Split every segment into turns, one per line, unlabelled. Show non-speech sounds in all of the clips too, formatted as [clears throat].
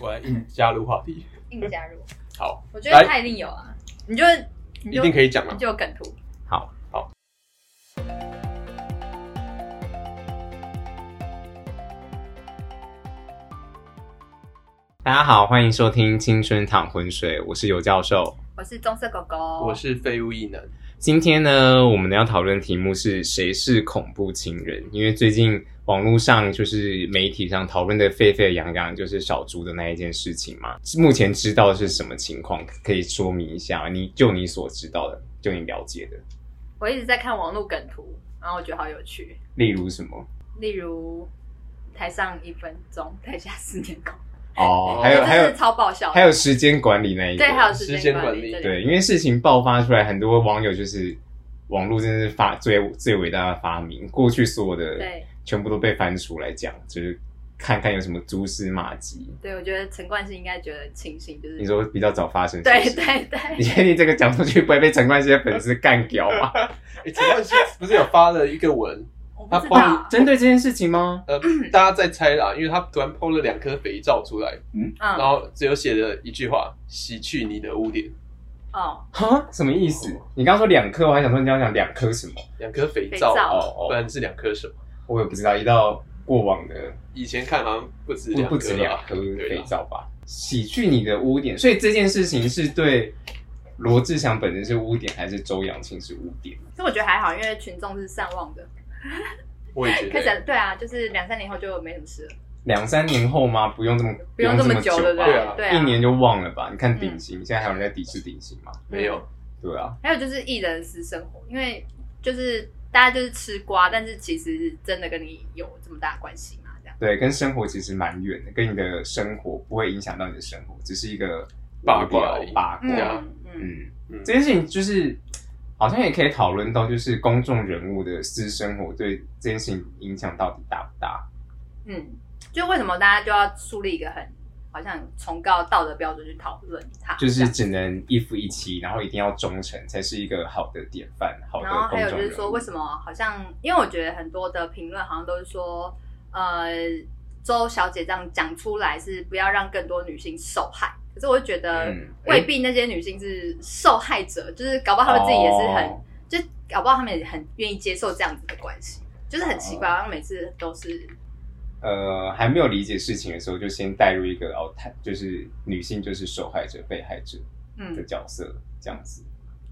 我来硬加入话题。
硬加入。
好，
我觉得
来
他一定有啊，你就你
一
就
定可以讲啊了
你。就有梗图。
好，大家好，欢迎收听《青春淌浑水》，我是尤教授。
我是棕色狗狗，
我是废物一男，
今天呢，我们要讨论的题目是谁是恐怖情人？因为最近网络上就是媒体上讨论的沸沸扬扬，就是小猪的那一件事情嘛。目前知道是什么情况，可以说明一下吗？你就你所知道的，就你了解的，
我一直在看网络梗图，然后我觉得好有趣，
例如什么？
例如台上一分钟，台下四年功，哎
哦
哦
还有
这
还
是
有
超爆笑的，
还有时间管理那一个，
对，还有
时间
间
管理
理，
对，因为事情爆发出来，很多网友就是网络真的是发最最伟大的发明，过去所有的
对
全部都被翻出来讲，就是看看有什么蛛丝马迹。
对，我觉得陈冠希应该觉得很庆幸，就是
你说比较早发生，
对
是不是
对
[laughs] 你
对，
确定这个讲出去不会被陈冠希的粉丝干掉
[laughs]
吗？
哎，陈冠希不是有发了一个文，
我不
他
知
帮
道
你，
针哦对这件事情
[laughs]
吗？
呃，大家在猜啦，因为他突然抛了两颗肥皂出来，
哦
然
嗯，
后只有写了一句话：“洗去你的污点。
哦，
哈，什么意思？你刚刚说两颗，我还想说你要讲两颗什么？”
两颗肥皂，
肥皂
哦，不然是两颗什么？
我也不知道，一到过往的
以前看好像不止
不
两
不止
颗
两
啦，
颗
啊
对
肥
啦，
皂吧？洗去你的污点，所以这件事情是对罗志祥本人是污点，还是周扬青是污点？
所以我觉得还好，因为群众是善忘的，
我也觉
开
得
始。对啊，就是两三年后就没什么事了，
两三年后吗？不用这么
不用这么久
久
了，
吧？
对啊
对
一
啊，嗯
年就忘了吧？你看顶薪，现在还有人在抵制顶薪吗？
没有，
对啊，
还有就是艺人私生活，因为就是大家就是吃瓜，但是其实真的跟你有这么大关系吗？这样
对，啊跟生活其实蛮远的，跟你的生活不会影响到你的生活，只是一个
八卦
无
而
聊
已
八卦。
对啊
嗯嗯，
嗯，
嗯
这件事情就是好像也可以讨论到，就是公众人物的私生活对这件事情影响到底大不大？
嗯，就为什么大家就要树立一个很好像崇高道德标准去讨论它，
就是
这样
只能一夫一妻，然后一定要忠诚，才是一个好的典范，好的
然后
公
还有
众
就是
人
说，
物
为。什么好像因为我觉得很多的评论好像都是说，呃，周小姐这样讲出来是不要让更多女性受害。可是我就觉得
嗯
未必那些女性是受害者，就是搞不好她们自己也是很，
哦
就搞不好她们也很愿意接受这样子的关系，就是很奇
哦
怪，好像每次都是
呃，还没有理解事情的时候，就先带入一个哦，她就是女性就是受害者、被害者
嗯
的，角色，这样子。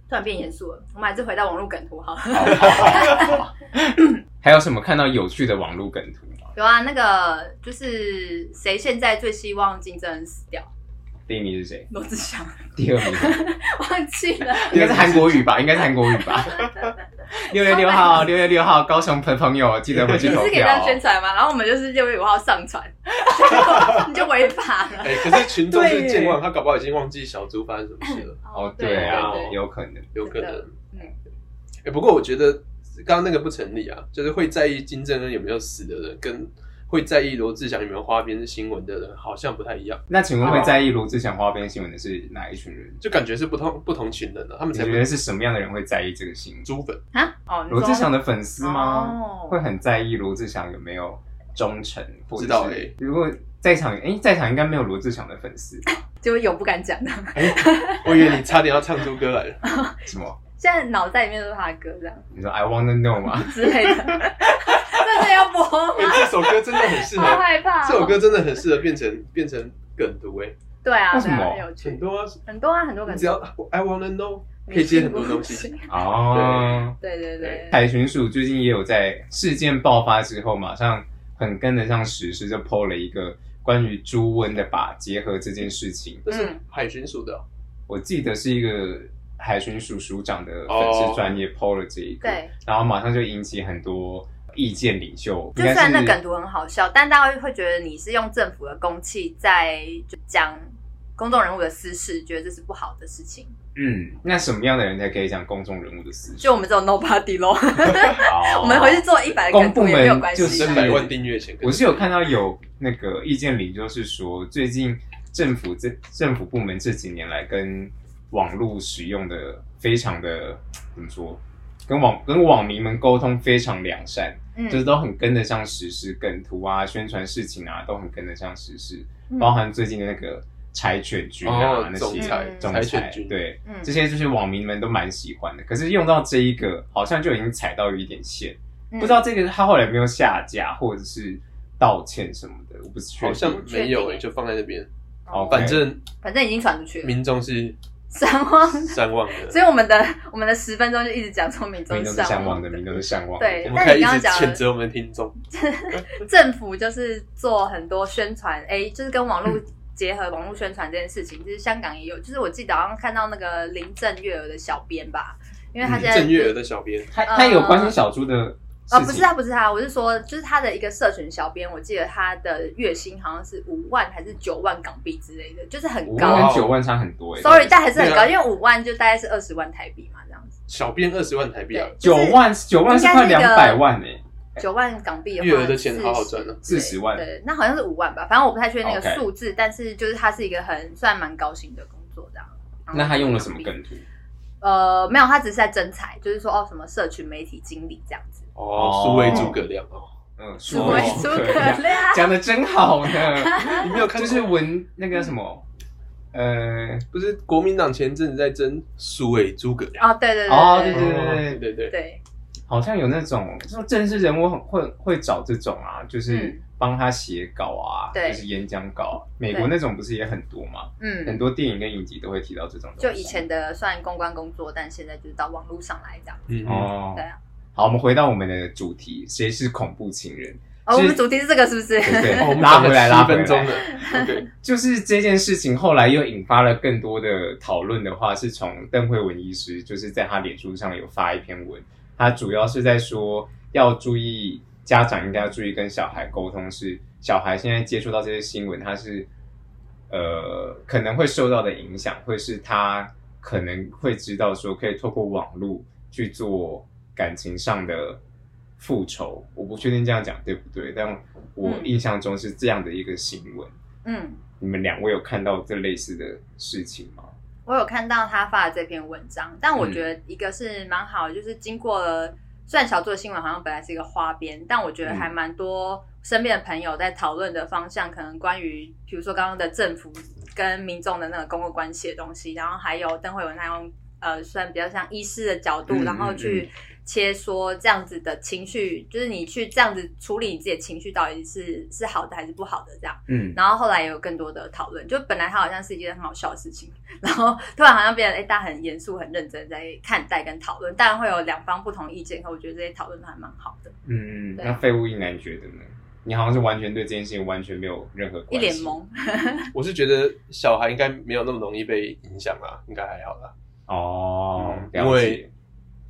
突然变严肃了。我们还是回到网络梗图好了。 [laughs]
好好好好还有什么看到有趣的网络梗图吗？
有啊，那个就是谁现在最希望金正恩死掉？
第一名是谁？
罗志祥，
第二名
忘记了。
[laughs] 应该是韩国语吧？应该是韩国语
[laughs]
吧？六月六号，六月六号，高雄的朋友记得回去
你
投
是给
票
大家宣
哦。
传吗？然后我们就是六月五号上传， [laughs] 结果你就违法了。
哎，可是群
[laughs]
众是
对
健忘，他搞不好已经忘记小猪发生什么事了，
哦，对啊
对，对
有可能。
有可能
真的。嗯
哎，不过我觉得刚刚那个不成立啊，就是会在意金正恩有没有死的人，跟会在意罗志祥有没有花边新闻的人，好像不太一样，
那请问会在意罗志祥花边新闻的是哪一群人？
就感觉是不同不同群人啊的，他们
你
才
觉
不
得
是
是什么样的人会在意这个新闻？
猪粉。
啊，哦，你说
罗志祥的粉丝吗？
哦
会很在意罗志祥有没有忠诚？或者
知道
是
欸
如果在场，哎、在场应该没有罗志祥的粉丝吧，
结果有不敢讲的，
哎我以为你差点要唱出歌来了。哎
什么？
现在脑袋里面都是他的歌这样
你说 I wanna
[laughs]
know 吗？
之类的，真的要播
哎
[laughs]
吗？
这首歌真的很适合
好，害怕哦。
这首歌真的很适合变成变成梗读哎，
对啊，
为什么
对啊很有
很
趣，
多啊，
很多啊，很多
你
梗
只
图，
要 I wanna know 可以接很多东西。
哦，
[laughs] 对对对，
海巡署最近也有在事件爆发之后，马上很跟得上时事，就 PO 了一个关于猪瘟的吧，结合这件事情，
这是
嗯
海巡署的哦，
我记得是一个海巡署署长的粉丝专业 PO 了这一个，
对，
然后马上就引起很多意见领袖，
就
应该
虽然那
是
梗图很好笑，但大家会觉得你是用政府的公器在就讲公众人物的私事，觉得这是不好的事情。
嗯，那什么样的人才可以讲公众人物的私事？
就我们这种 nobody 咯，
哦
[laughs] 我们回去做一百个
公
梗
部
图
门
也没有关系。
就是
三百万订阅前，
我是有看到有那个意见领袖是说，最近政府这政府部门这几年来跟网络使用的非常的怎么说，跟网跟网民们沟通非常良善，
嗯
就是都很跟得上时事，梗图啊、宣传事情啊，都很跟得上时事，
嗯
包含最近的那个柴犬君啊、
哦
那
总
些
裁
总
柴犬君
对，
嗯
这些就是网民们都蛮喜欢的。可是用到这一个，好像就已经踩到有一点线，
嗯
不知道这个他后来有没有下架或者是道歉什么的，我不是确
好像
定。
没
我
有诶，
确定欸
就放在那边。
哦
反正
反正已经传出去了， [laughs]
民众是
三
[laughs]
望。
善忘的，
哦所以我们的我们的十分钟就一直讲说民众
民众是
上
向往
网
的，民众是向往的。
对
我们
但
可以
你
一
刚刚
直
讲的
谴责我们的听众。
政府就是做很多宣传，哎、就是跟网
嗯
络结合网络宣传这件事情，就是香港也有，就是我记得好像看到那个林郑月娥的小编吧，因为他现
嗯
在、
郑月娥的小编，
他他有关心小猪的事
啊、
情，
呃不是他，不是他，我是说，就是他的一个社群小编，我记得他的月薪好像是五万还是九万港币之类的，就是很
五
高。
万
哇
跟九万差很多哎、欸。
Sorry，但还是很高，
对啊
因为五万就大概是二十万台币嘛，这样子。
小编二十万台币啊，
对，
九万九万是快
应该
两
是一个
百万哎、欸，
九万港币的话，
月娥的钱好好赚啊。
四十万。
对，那好像是五万吧，反正我不太确定那
OK
个数字但是就是它是一个很算蛮高薪的工作这样。然后
那他用了什么梗图？
呃，没有，他只是在征才，就是说哦，什么社群媒体经理这样子。
哦，数位诸葛亮哦，
嗯，
是为 [laughs]
哦
诸
可以
葛
啊
亮，
讲的真好呢， [laughs]
你没有看
就
过？
是文那个什么，呃，
不是国民党前阵子在争数位诸葛亮？哦
哦，对对
哦
对
对
对
对对对，
对，
好像有那种这种正式人物会会找这种啊，就是
嗯
帮他写稿啊，
对
就是演讲稿。啊美国那种不是也很多嘛，很
嗯，
多电影跟影集都会提到这种东西。
就以前的算公关工作，但现在就是到网络上来这样。
嗯，
哦，
对啊。
好，我们回到我们的主题，谁是恐怖情人？
哦，
是
我们主题是这个是不是？
对不
[laughs]
对
哦，我，们
拉
讲
回
了
来，拉
七
回来
分钟了。OK，
就是这件事情后来又引发了更多的讨论的话，是从邓惠文医师就是在他脸书上有发一篇文，他主要是在说要注意家长应该要注意跟小孩沟通是，小孩现在接触到这些新闻，他是呃可能会受到的影响，会是他可能会知道说可以透过网络去做感情上的复仇，我不确定这样讲对不对，但我
嗯
印象中是这样的一个新闻。
[laughs] 嗯，
你们两位有看到这类似的事情吗？
我有看到他发的这篇文章，但我
嗯
觉得一个是蛮好的，就是经过了，虽然小猪的新闻好像本来是一个花边，但我觉得
嗯
还蛮多身边的朋友在讨论的方向，可能关于比如说刚刚的政府跟民众的那个公共关系的东西，然后还有邓慧文他用呃，算比较像医师的角度，
嗯
然后去切说这样子的情绪，就是你去这样子处理你自己的情绪，到底是是好的还是不好的这样。
嗯，
然后后来也有更多的讨论，就本来它好像是一件很好笑的事情， [laughs] 然后突然好像变得哎，大家很严肃、很认真在看待跟讨论，当然会有两方不同意见，可我觉得这些讨论都还蛮好的，
嗯，
对
那废物一男觉得呢？你好像是完全对这件事情完全没有任何关系，
一脸。懵。
我是觉得小孩应该没有那么容易被影响啦，应该还好啦。嗯
哦，
因
了
为
解，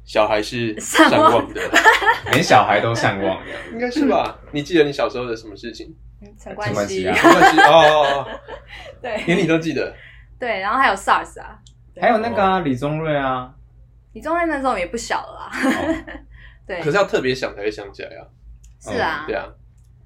小孩是
善
善
忘
忘的，
[laughs]
连小孩都善忘了。
应该是吧？你记得你小时候的什么事情？
嗯陈
陈
冠
冠
希
希，啊
没关系哦，连
对
你都记得。
对，然后还有 SARS 啊，对
还有那个啊、李宗瑞啊，
李宗瑞那时候也不小了啦，
哦、
[laughs] 对，
可是要特别想才会想起来啊。
是啊，
对啊，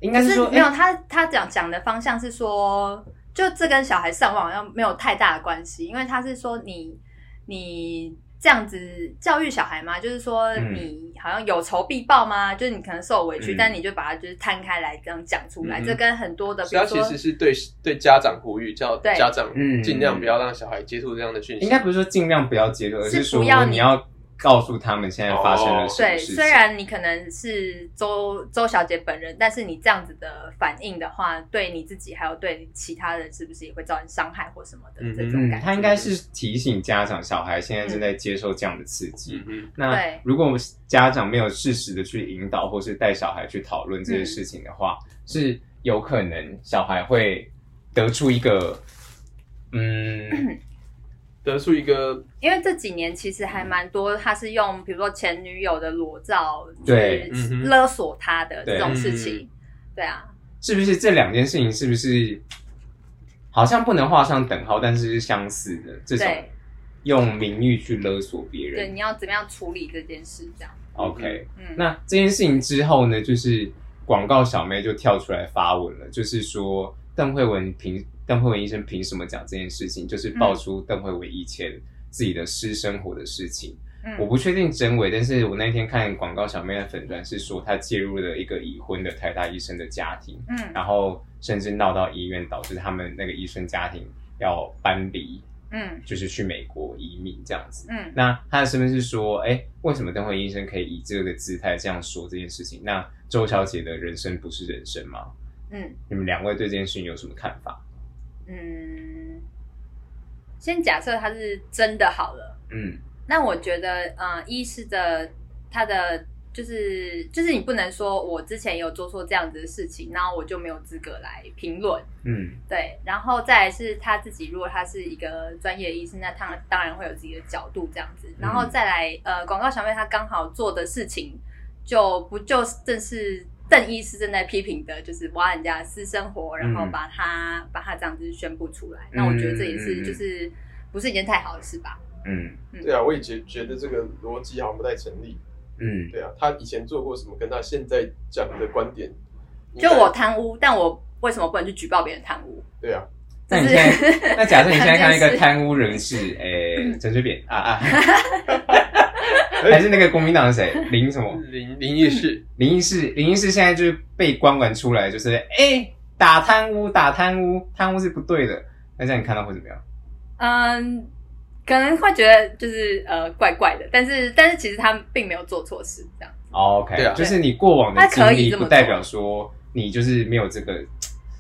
应
可
该
是
说
没有
哎
他他讲讲的方向是说，就这跟小孩上网好像没有太大的关系，因为他是说你你这样子教育小孩嘛，就是说
嗯
你好像有仇必报吗？就是你可能受委屈，
嗯
但你就把它就是摊开来这样讲出来，
嗯
这跟很多的啊比
所以
如
他其
说
实是对对家长呼吁，叫
对
家长
嗯
尽量不要让小孩接触这样的讯息。
应该不是说尽量不要接受，而
是
说
不要你
你要告诉他们现在发生了什么
对，
事情。
虽然你可能是周周小姐本人，但是你这样子的反应的话，对你自己还有对其他人是不是也会造成伤害或什么的
嗯
这种
嗯，
感觉？
他应该是提醒家长，小孩现在正在接受这样的刺激。
嗯嗯，
那
对
如果家长没有适时的去引导，或是带小孩去讨论这些事情的话，是有可能小孩会得出一个，嗯，
得出一个
因为这几年其实还蛮多，他是用比如说前女友的裸照去
对
嗯哼
勒索他的
对
这种事
嗯
情，对啊，
是不是这两件事情是不是好像不能画上等号，但是是相似的这种
对
用名誉去勒索别
对，
人
你要怎么样处理这件事？这样，
？OK，
嗯，
那这件事情之后呢，就是广告小妹就跳出来发文了，就是说邓惠文凭邓惠文医生凭什么讲这件事情？就是爆出邓惠文以前自己的私生活的事情。我
嗯
不确定真伪，但是我那天看广告小妹的粉砖是说，她介入了一个已婚的台大医生的家庭，
嗯
然后甚至闹到医院，导致他们那个医生家庭要搬离，
嗯
就是去美国移民这样子。
嗯
那他的身份是说，哎，为什么邓慧医生可以以这个姿态这样说这件事情？那周小姐的人生不是人生吗？
嗯
你们两位对这件事情有什么看法？
嗯，先假设他是真的好了。
嗯
那我觉得，呃，医师的他的就是就是你不能说我之前有做错这样子的事情，然后我就没有资格来评论，
嗯
对。然后再来是他自己，如果他是一个专业的医生，那他当然会有自己的角度这样子。
嗯
然后再来，呃，广告小妹她刚好做的事情，就不就正是邓医师正在批评的，就是挖人家的私生活，然后
嗯
把他、把他这样子宣布出来。那我觉得这也
嗯嗯
是
嗯
就是不是一件太好的事吧？
嗯
对啊，我也觉觉得这个逻辑好像不太成立。
嗯
对啊，他以前做过什么，跟他现在讲的观点，
就我贪污，但我为什么不能去举报别人贪污？
对啊，
那你
就
现
是
在，那假设你现在看到一
两件
个
事
贪污人士，哎，陈水扁啊啊，还是那个国民党的谁林什么
灵灵异
嗯
事，
林医师，林医师现在就是被关完出来，就是哎、打贪污，打贪污，贪污是不对的。那这样你看到会怎么样？
[laughs] 嗯，可能会觉得就是呃怪怪的，但是但是其实他并没有做错事，这样。
o k
对啊
哦就是你过往的
他
经
可以
历
这么做
不代表说你就是没有这个，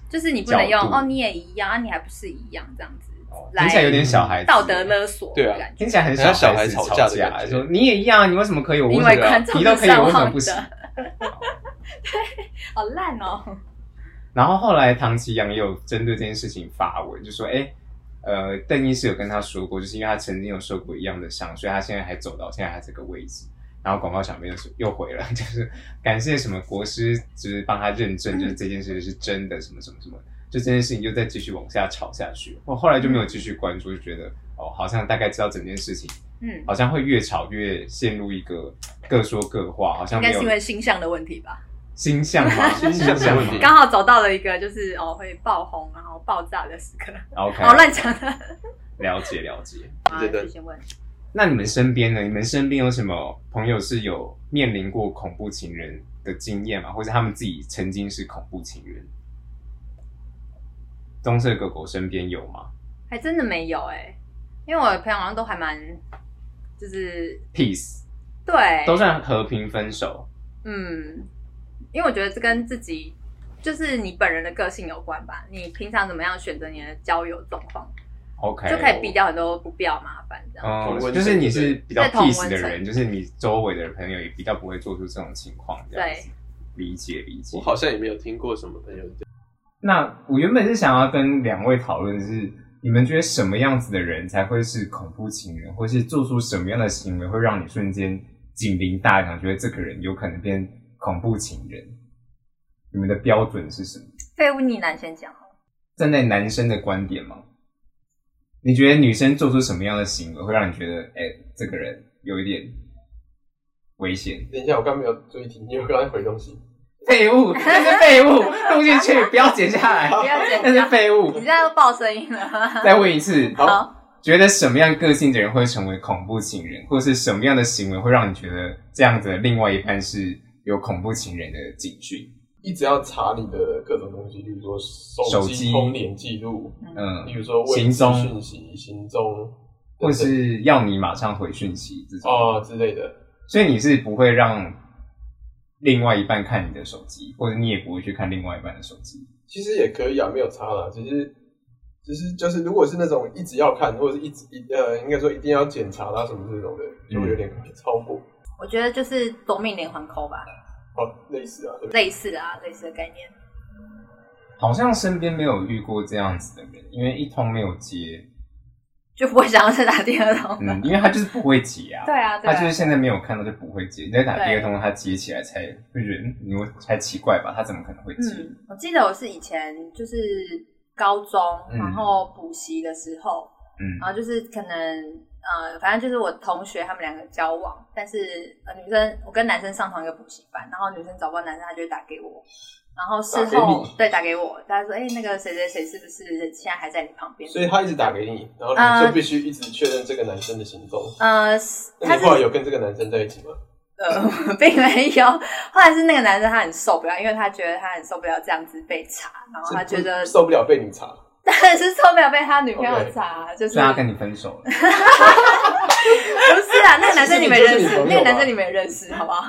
就是你不能用
角度
哦，你也一样啊，你还不是一样这样子
哦，听起来有
来
点小孩子
道德，勒索
对啊
的感觉。
听起来很
很像
小
小
孩
孩
子
吵
架
架的感觉
说你也一样啊，你为什么可以，我
因
什
为
么要
观众
你啊都可以，
上
我为什么
网 [laughs]
不行？
的，好烂哦。
然后后来唐奇阳也有针对这件事情发文，就说：“哎，呃，邓医师有跟他说过，就是因为他曾经有受过一样的伤，所以他现在还走到现在他这个位置。”然后广告小妹又说又回了， [laughs] 就是感谢什么国师，就是帮他认证，就是这件事情是真的，什么什么什么，就这件事情就再继续往下吵下去。我后来就没有继续关注，就觉得哦，好像大概知道整件事情，
嗯，
好像会越吵越陷入一个各说各话，好像
应
没
该是因
有
为星象的问题吧，
星象嘛，
[laughs]
星象的问题
吗
刚好走到了一个就是哦会爆红然后爆炸的时刻。
，OK，
哦，乱讲的。
了解了解。
好
对对
继续问。
那你们身边呢？你们身边有什么朋友是有面临过恐怖情人的经验吗？或者他们自己曾经是恐怖情人？棕色狗狗身边有吗
还真的没有哎、因为我的朋友好像都还蛮，就是
？Peace
对，
都算和平分手。
嗯，因为我觉得这跟自己就是你本人的个性有关吧，你平常怎么样选择你的交友状况，
OK，
就可以避。掉很多不必要麻烦这样。
哦
同温，层
就是你是比较
对同温
peace 的人，
层
就是你周围的朋友也比较不会做出这种情况，这样子
对
理解理解。
我好像也没有听过什么朋友
那我原本是想要跟两位讨论的是，你们觉得什么样子的人才会是恐怖情人，或是做出什么样的行为会让你瞬间警铃大响，觉得这个人有可能变恐怖情人？你们的标准是什么？
废物逆男先讲，
站在男生的观点吗？你觉得女生做出什么样的行为会让你觉得，哎、这个人有一点危险？
等一下，我刚没有注意听，因为我刚才回东西。
废物，那是废物，录进去不要剪下来，
不要
那
剪
是
掉，
废物
[laughs] 你。现在都爆声音了。
再问一次，
好，
觉得什么样个性的人会成为恐怖情人，或是什么样的行为会让你觉得这样子的另外一半是有恐怖情人的警讯？
一直要查你的各种东西，例如说手
手机
机通联记录，
嗯
例，如说位
行
置
踪
讯息、行踪
或是要你马上回讯息这种。
哦之类的。
所以你是不会让另外一半看你的手机，或者你也不会去看另外一半的手机。
其实也可以啊，没有差啦，只是只是就是，如果是那种一直要看，或者是一直一呃，应该说一定要检查啦什么这种
嗯
的，就会有点超过。
我觉得就是夺命连环扣吧，
哦，类似啊，对不对？
类似啊，类似的概念。
好像身边没有遇过这样子的人，因为一通没有接，
就不会想要再打第二通了。
嗯，因为他就是不会接啊。
对啊，对
他就是
啊，
现在没有看到就不会接，你在打第二通他接起来才会觉得，嗯你会才奇怪吧？他怎么可能会接？
嗯，我记得我是以前就是高中，
嗯
然后补习的时候，
嗯
然后就是可能呃，反正就是我同学他们两个交往，但是呃，女生我跟男生上同一个补习班，然后女生找不到男生，她就会打给我，然后事
打给
后
你
对打给我，他说：“哎、那个谁谁谁是不是现在还在你旁边
所以他一直打给你，然后你就必须一直确认这个男生的行踪。？”
呃，
那
他
你
是
后来有跟这个男生在一起吗？
呃， [laughs] 并没有。后来是那个男生他很受不了，因为他觉得他很受不了这样子被查，然哦后他觉得
受不了被你查，
当然 [laughs] 是受不了被他女朋友查就是
所以他跟你分手
不
了。
是啊？那个男生你们
其
认
实你就是
识，
你朋友吧
那个男生你们认识，好不好？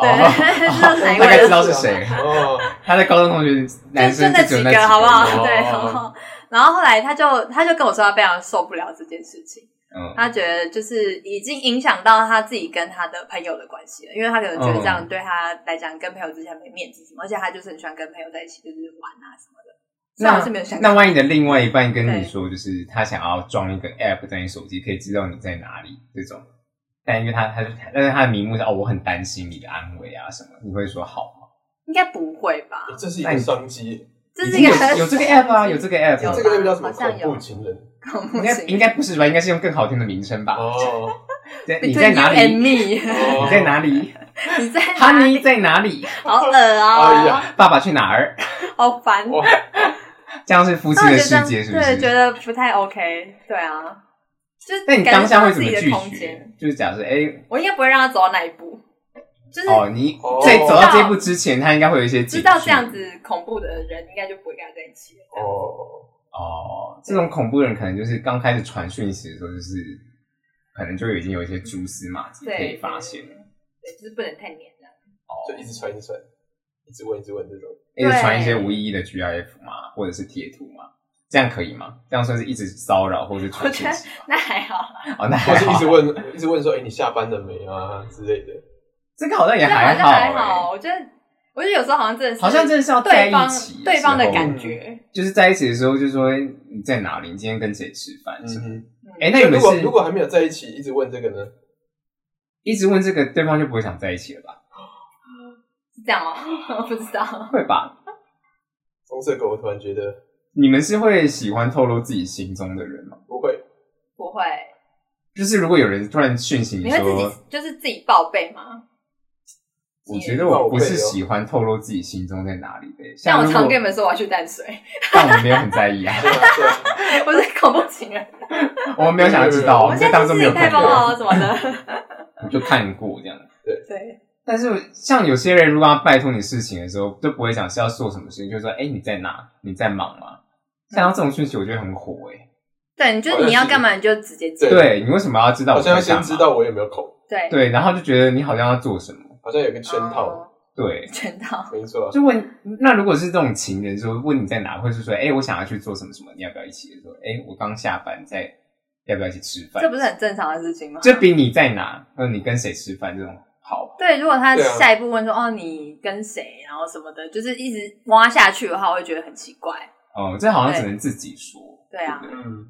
对， [laughs]
哦，
是哪一
大概
位
知？道是谁了。
哦，
他的高中同学男
就
生
那
就只有
几
那几
个，好不好？
哦
对，然后然后后来他就他就跟我说他非常受不了这件事情，
嗯，
他觉得就是已经影响到他自己跟他的朋友的关系了，因为他可能觉得这样对他来讲跟朋友之间没面子什么，而且他就是很喜欢跟朋友在一起就是玩啊什么的。虽然我是没有想
那万一你的另外一半跟你说，就是他想要装一个 app 在你手机，可以知道你在哪里这种，但因为他他就但是他的名目是哦，我很担心你的安危啊什么，你会说好吗？
应该不会吧？
这是一个商机。
[laughs] 这
已
是
经
一
有
个
有这个
[laughs]
app 啊，有这个
有
这
app，
个 app 叫什么？
好像
恐
有
怖情人
应该应该不是吧？应该是用更好听的名称吧？
哦
对，你在
between
哪
you
里
and？me，
哦
你在哪里？
你在
哈
哪
尼
里？
在哪里？
好恶啊、
哎呀，
爸爸去哪儿？
好烦。啊
哇，
这样是夫妻
那我
的
觉
世
得
界，是不
对，觉
是？
得不太 OK。对啊，就是
那你
感
当
觉
下
到
会
自
怎
己
么
的
拒
空
绝
间，？
就是假设哎，
我应该不会让他走到那一步，就是
哦，你
哦
在走到这一步之前，他应该会有一些
知道
警
这
句
样子恐怖的人，应该就不会跟他在一起了。
哦，
哦，这种恐怖的人可能就是刚开始传讯息的时候，就是可能就已经有一些蛛丝马迹
对，
可以发现，
对，就是不能太黏了。
就一直传一直传，一直问一直问这种。
一直哎传一些无意义的 GIF 嘛，或者是贴图嘛，这样可以吗？这样算是一直骚扰或者是传讯息吗？
那还好，
哦，
[laughs]
那
或
还
是一直
好，
问，一直问说，哎、你下班了没啊之类的。
这个好像也
这好
还
像还
好
好。我觉得，我觉得有时候好像真的
欸，
是，
好像真的嗯是要在
对
一
方
起，
对方的感，觉。
就是在一起的时候就说欸你在哪里，你今天跟谁吃饭什么的。
嗯，
哎、那你
如
们
果
是
如果还没有在一起，一直问这个呢？
一直问这个，对方就不会想在一起了吧？
是这样哦， [laughs] 不知道。
会吧？
棕色狗，我突然觉得
你们是会喜欢透露自己行踪的人吗？
不会，
不会，
就是如果有人突然讯息
你会自
说
己，就是自己报备吗？
我觉得我不是喜欢透露自己行踪在哪里的，
像
像
我
如
常
果
跟你们说我要去淡水， [laughs]
但我们没有很在意啊，
对啊对啊
我是恐怖情人，
我们没有想要知道，
我
我
我
们
现
就
在啊
当
自
做
己
没有
太
看
棒
过，
了什么的。
我就看过这样。
对，
但是像有些人，如果要拜托你事情的时候，就不会想是要做什么事情，就说：“哎、你在哪？你在忙吗？”像到这种讯息，我觉得很火哎、
对，你就是你要干嘛你就直接讲，
对
对你为什么要知道
好
我
像
在
要
干
先
嘛？
知道我有没有空，
对
对，然后就觉得你好像要做什么。
好像有个圈套，
哦
对，
圈套，
没错啊。
就问那如果是这种情人说问你在哪，或是说哎、我想要去做什么什么，你要不要一起？说哎、我刚下班在，要不要一起吃饭
这？不是很正常的事情吗？
这比你在哪，或者你跟谁吃饭这种好。
对，如果他
对啊
下一步问说、哦你跟谁，然后什么的，就是一直挖下去的话，我会觉得很奇怪。
哦、这好像只能自己说。
对啊
不
嗯，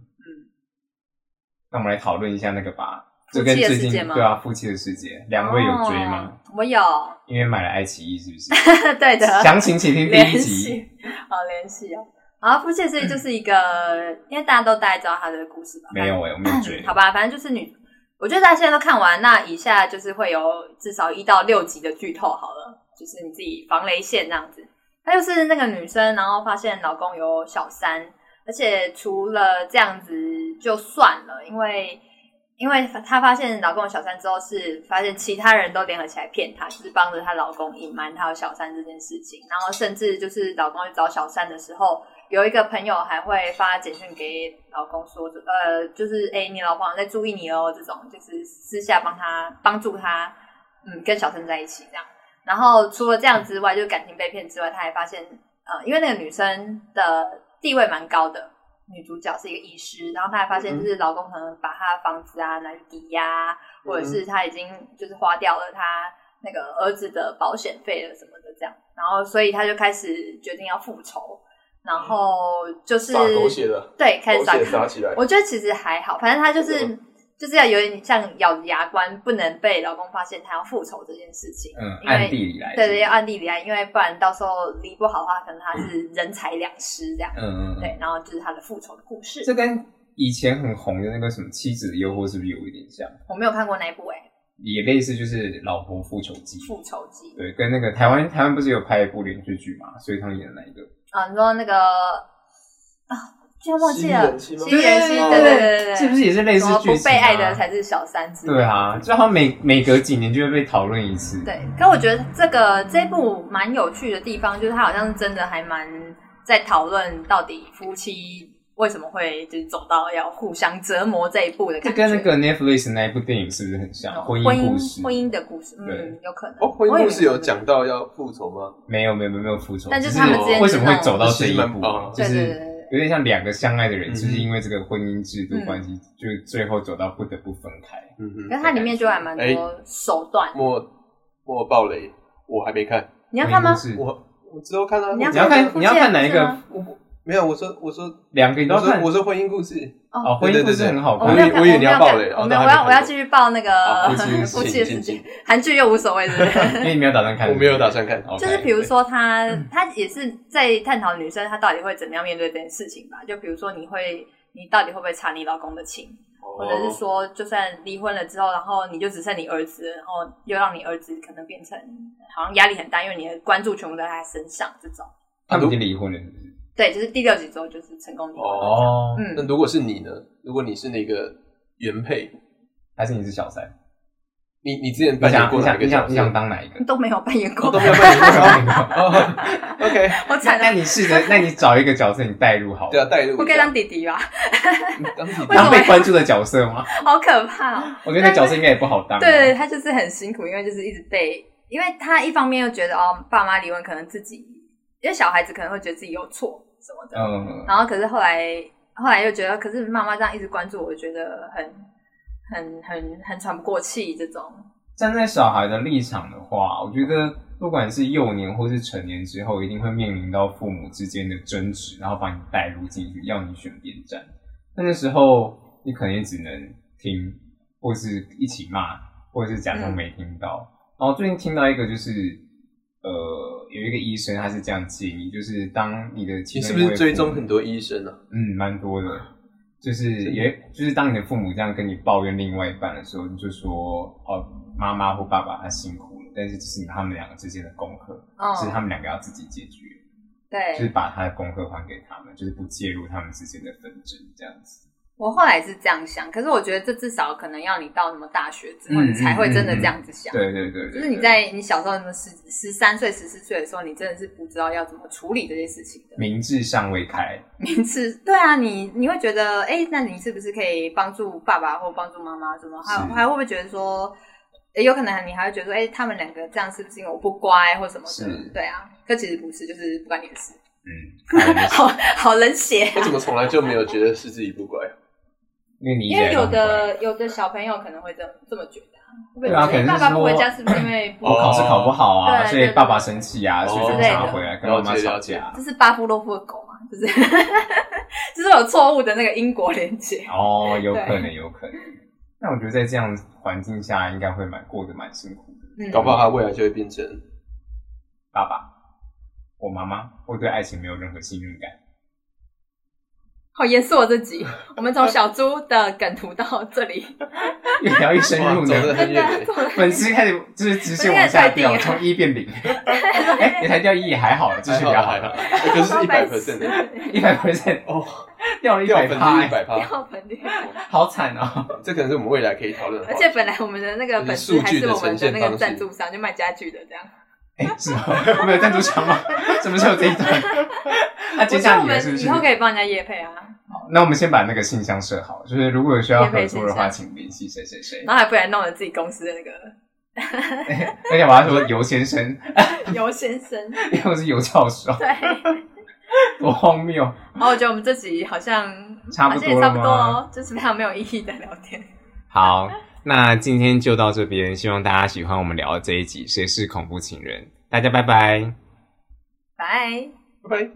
那我们来讨论一下那个吧，
夫
就
妻
跟
的
最
世
近
界吗
对啊，夫妻的世界，两位有追吗？
哦？我有， [laughs]
因为买了爱奇艺是不是？
对的。
详情请听第
联
一集。
系，好联系哦。然后《夫妻的世界》就是一个，因为大家都大概知道他的故事吧？
没有哎、我没有
[laughs]
追。
好吧，反正就是女，我觉得大家现在都看完，那以下就是会有至少一到六集的剧透好了，就是你自己防雷线这样子。她就是那个女生，然后发现老公有小三，而且除了这样子就算了，因为因为她发现老公有小三之后，是发现其他人都联合起来骗她，就是帮着她老公隐瞒她有小三这件事情，然后甚至就是老公去找小三的时候，有一个朋友还会发简讯给老公说，呃，就是哎、你老婆好像在注意你哦，这种就是私下帮他帮助他，嗯，跟小三在一起这样。然后除了这样之外，就是感情被骗之外，他还发现，呃，因为那个女生的地位蛮高的，女主角是一个医师，然后他还发现，就是老公可能把她的房子啊拿去抵押，或者是他已经就是花掉了他那个儿子的保险费了什么的这样，然后所以他就开始决定要复仇，然后就是
撒狗血了，
对开始
狗
撒
血
狗
撒起来。
我觉得其实还好，反正他就是
嗯
就是要有点像咬着牙关，不能被老公发现他要复仇这件事情。
嗯，
因为
暗地里来。
对对，要暗地里来，因为不然到时候离不好的话，可能他是
嗯
人财两失这样。
嗯嗯嗯。
对，然后就是他的复仇的故事。
这跟以前很红的那个什么《妻子的诱惑》是不是有一点像？
我没有看过那一部哎、
也类似就是老婆复仇记，
复仇记
对，跟那个台湾台湾不是有拍一部连续剧嘛，所以他们演的那一个，
啊，你说那个啊，居然忘记
新人
了
妻吗
新人妻，对对对对对，
是不是也是类
类
似剧
不
情
被爱
啊
的才是小三之类的
对啊，就好像每每隔几年就会被讨论一次，
对，可我觉得这个这部蛮有趣的地方，就是它好像是真的还蛮在讨论到底夫妻为什么会就是走到要互相折磨这一步的
这
感觉。
跟那个 Netflix 那一部电影是不是很像？
哦
婚
婚
姻故事，
婚姻的故事，嗯
对，
有可能。
哦，婚
我
姻
也
故
没
事有
看
讲到要复仇吗？
没有没有没有没有复仇，
但就是
只
他们之间
为
就是
什么会
那
走
种
到这一
其实蛮
步
棒，的
对
就
对对
是
对对
有点像两个相爱的人，
嗯
就是因为这个婚姻制
嗯
度关系，就是最后走到不得不分开。
嗯
可
哼，
是它里面就还蛮
哎
多手段，
莫莫暴雷，我还没看，
你要看吗？
是你
我我之后看啊。
你要
我
要
这
看
个
嗯你要看哪一
是
个
吗？
我没有，我说我说
两个你都
我
要看
说我说婚姻故事，
哦，
哦，
婚姻故事
对对对
很好
我
看
没有
以
看，
我以为你要
我没有
爆雷
看
哦
我没
那
有，
还没
我要我呃要
看过哦
继续爆那个
好
夫妻的
[laughs]
世
夫妻
界
的世
行
界，韩剧又无所谓，对不对？
因为你没有打算看，
我没有打算看
OK
就是比如，说他，他也是在探讨女生她到底会怎么样面对这件事情吧。就比如说，你会，你到底会不会查你老公的情，
哦
或者是说，就算离婚了之后，然后你就只剩你儿子，然后又让你儿子可能变成好像压力很大，因为你的关注全部都在他身上，这种。
他们已经离婚了，是不是？
对，就是第六集之后就是成功离婚了。
哦，
嗯
那，如果是你呢？如果你是那个原配，
还是你是小三？
你你之前
你
扮演
想
过
你
哪
想
个
你
角
想
色
你？想当哪一个？
嗯都没有扮演过
我，都没有扮演过啊。 [laughs] 哦 OK，
我
[laughs] 那 [laughs]
惨
那
了，
你试着，那你找一个角色你代入好了，
对啊，带入一下。
我可以当弟弟吧？
当弟弟
为什
当
么
被关注的角色吗？
好可怕哦！
我觉得那角色应该也不好当。啊嗯
对，他就是很辛苦，因为就是一直被，因为他一方面又觉得哦，爸妈离婚可能自己，因为小孩子可能会觉得自己有错什么的，
嗯，
然后可是后来后来又觉得，可是妈妈这样一直关注我，我觉得很很很很喘不过气这种。
站在小孩的立场的话，我觉得不管是幼年或是成年之后，一定会面临到父母之间的争执，然后把你带入进去，要你选边站。那个时候，你可能也只能听，或是一起骂，或者是假
嗯
装没听到。然后最近听到一个就是，呃，有一个医生他是这样建议，就是当你的
你
亲
是
生
不是
未
追
婚
踪很多医生啊？
嗯，蛮多的，就是也就是当你的父母这样跟你抱怨另外一半的时候，你就说哦，妈妈或爸爸他辛苦了，但是这是他们两个之间的功课，
嗯，
是他们两个要自己解决，就是
对
把他的功课还给他们，就是不介入他们之间的纷争这样子。
我后来是这样想，可是我觉得这至少可能要你到什么大学之后，
嗯
你才会真的
嗯嗯
这样子想。
对对对对，
就是你
对
在你小时候，什么十十三岁、十四岁的时候，你真的是不知道要怎么处理这些事情的。
明智尚未开，
名次，对啊，你你会觉得，哎、那你是不是可以帮助爸爸或帮助妈妈什么？还
是
还会不会觉得说，诶有可能你还会觉得说，哎、他们两个这样是不是因为我不乖或什么
是
的？对啊，可其实不是，就是不关你的事。
嗯，开了就是
[laughs] 好好冷血，
我怎么从来就没有觉得是自己不乖？
[laughs]
因为你
因为有
一直以来都很乖
的有的小朋友可能会这么这么觉得、啊，会不会
对啊
觉得
可能是
爸爸不回
说
家是不是因为
[clears throat]
不
我考试考不好啊，
哦
所以爸爸生气啊，
对
所
对
以就不
对
想要回来跟妈妈
哦了解
吵
了解
架
这是巴夫洛夫的狗嘛？就是 [laughs] 就是有错误的那个因果连接。
哦，有可能，
对
有可能。但我觉得在这样环境下，应该会蛮过得蛮辛苦的。
嗯，
搞不好他未来就会变成
爸爸，我妈妈，我对爱情没有任何信任感。
好严肃我自己。我们从小猪的梗图到这里，
越聊越深入
哇走得
呢，
很
真的
远欸。
做得
粉丝开始就是直线往下掉，从一变零。哎，也才掉一，也还好，继续
还
聊
好
好
还好，
了。
欸可是一百 percent 的
100%
一百 percent
哦，
掉了一
掉
百
粉
趴
一，百趴，
掉粉率，
好惨啊！
这可能是我们未来可以讨论的话
而
题。
且本来我们的那个粉丝还是我们的那个赞助商，就卖家具的这样。
哎，是吗？我们有赞助商吗？什么时候这一段？那
我觉
接
得
下
我
你的
们
是不是
以？后可以帮人家夜配啊，
好那我们先把那个信箱设好，就是如果有需要
免费
合作的
信
话，
箱
请联系谁谁谁。
然后还不然弄了自己公司的那个
[laughs] 而且我还说尤先生， [laughs]
尤先生。
因为我是尤教授，
对，
多荒谬！
然后我觉得我们这集好像
差不
好
多
像也差不多
了吗
哦，就是非常没有意义的聊天。
好，那今天就到这边，希望大家喜欢我们聊的这一集《谁是恐怖情人》，大家拜拜。
拜。
拜拜。